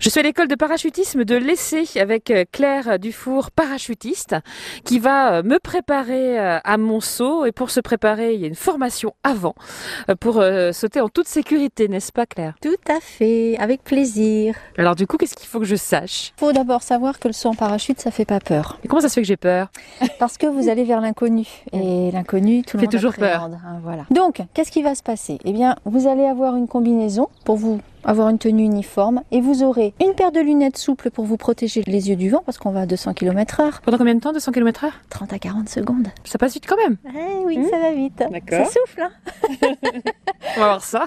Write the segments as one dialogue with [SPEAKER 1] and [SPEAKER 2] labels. [SPEAKER 1] Je suis à l'école de parachutisme de l'essai avec euh, Claire Dufour, parachutiste, qui va euh, me préparer euh, à mon saut. Et pour se préparer, il y a une formation avant euh, pour sauter en toute sécurité, n'est-ce pas Claire
[SPEAKER 2] Tout à fait, avec plaisir.
[SPEAKER 1] Alors du coup, qu'est-ce qu'il faut que je sache
[SPEAKER 2] Il faut d'abord savoir que le saut en parachute, ça fait pas peur.
[SPEAKER 1] Et comment ça se fait que j'ai peur
[SPEAKER 2] Parce que vous allez vers l'inconnu. Et l'inconnu, tout le
[SPEAKER 1] Fait
[SPEAKER 2] monde
[SPEAKER 1] toujours
[SPEAKER 2] appréhende, hein, voilà. Donc, qu'est-ce qui va se passer Eh bien, vous allez avoir une combinaison pour vous avoir une tenue uniforme et vous aurez une paire de lunettes souples pour vous protéger les yeux du vent parce qu'on va à 200 km heure,
[SPEAKER 1] Pendant combien de temps 200 km/h
[SPEAKER 2] 30 à 40 secondes.
[SPEAKER 1] Ça passe vite quand même.
[SPEAKER 2] Eh oui, ça va vite.
[SPEAKER 1] D'accord.
[SPEAKER 2] Ça souffle. hein.
[SPEAKER 1] On va voir ça.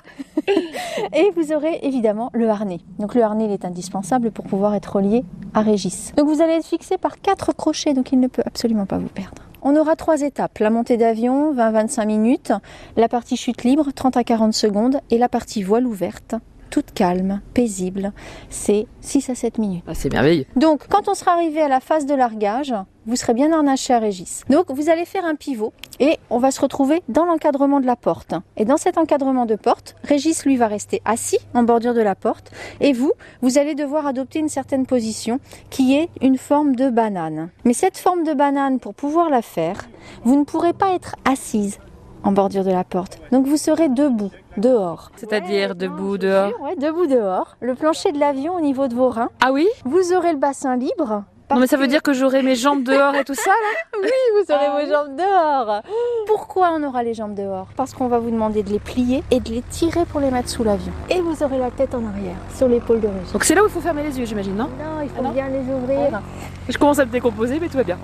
[SPEAKER 2] Et vous aurez évidemment le harnais. Donc le harnais, il est indispensable pour pouvoir être relié à Régis. Donc vous allez être fixé par quatre crochets, donc il ne peut absolument pas vous perdre. On aura trois étapes, la montée d'avion, 20-25 minutes, la partie chute libre, 30 à 40 secondes, et la partie voile ouverte, toute calme, paisible, c'est 6 à 7 minutes.
[SPEAKER 1] Ah, c'est merveilleux.
[SPEAKER 2] Donc, quand on sera arrivé à la phase de largage, vous serez bien harnaché à Régis. Donc, vous allez faire un pivot et on va se retrouver dans l'encadrement de la porte. Et dans cet encadrement de porte, Régis, lui, va rester assis en bordure de la porte et vous, vous allez devoir adopter une certaine position qui est une forme de banane. Mais cette forme de banane, pour pouvoir la faire, vous ne pourrez pas être assise en bordure de la porte. Donc, vous serez debout, dehors.
[SPEAKER 1] C'est-à-dire debout,
[SPEAKER 2] Je
[SPEAKER 1] dehors.
[SPEAKER 2] jure, ouais, debout dehors. Le plancher de l'avion au niveau de vos reins.
[SPEAKER 1] Ah oui
[SPEAKER 2] Vous aurez le bassin libre.
[SPEAKER 1] Non
[SPEAKER 2] parce
[SPEAKER 1] mais ça veut
[SPEAKER 2] que
[SPEAKER 1] dire que j'aurai mes jambes dehors et tout ça là
[SPEAKER 2] vous aurez
[SPEAKER 1] Ah
[SPEAKER 2] vos jambes dehors. Pourquoi on aura les jambes dehors Parce qu'on va vous demander de les plier et de les tirer pour les mettre sous l'avion. Et vous aurez la tête en arrière, sur l'épaule de Régis.
[SPEAKER 1] Donc c'est là où il faut fermer les yeux, j'imagine, non
[SPEAKER 2] Non, il faut
[SPEAKER 1] Ah non
[SPEAKER 2] bien les ouvrir.
[SPEAKER 1] Je commence à me décomposer, mais tout va bien.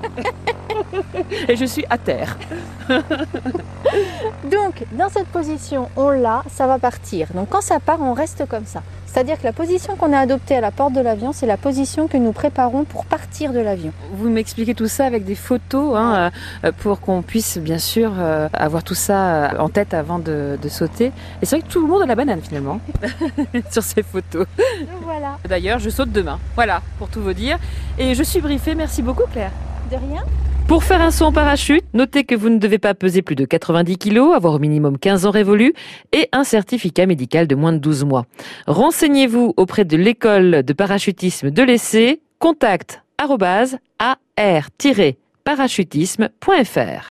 [SPEAKER 1] et je suis à terre.
[SPEAKER 2] Donc, dans cette position, on l'a, ça va partir. Donc, quand ça part, on reste comme ça. C'est-à-dire que la position qu'on a adoptée à la porte de l'avion, c'est la position que nous préparons pour partir de l'avion.
[SPEAKER 1] Vous m'expliquez tout ça avec des photos hein, euh, pour qu'on puisse bien sûr euh, avoir tout ça euh, en tête avant de, de sauter. Et c'est vrai que tout le monde a la banane finalement sur ces photos.
[SPEAKER 2] Donc, voilà.
[SPEAKER 1] D'ailleurs, je saute demain. Voilà, pour tout vous dire. Et je suis briefée. Merci beaucoup, Claire.
[SPEAKER 2] De rien
[SPEAKER 1] Pour faire un saut en parachute, notez que vous ne devez pas peser plus de 90 kg, avoir au minimum 15 ans révolus et un certificat médical de moins de 12 mois. Renseignez-vous auprès de l'école de parachutisme de l'essai contact arobase ar-parachutisme.fr.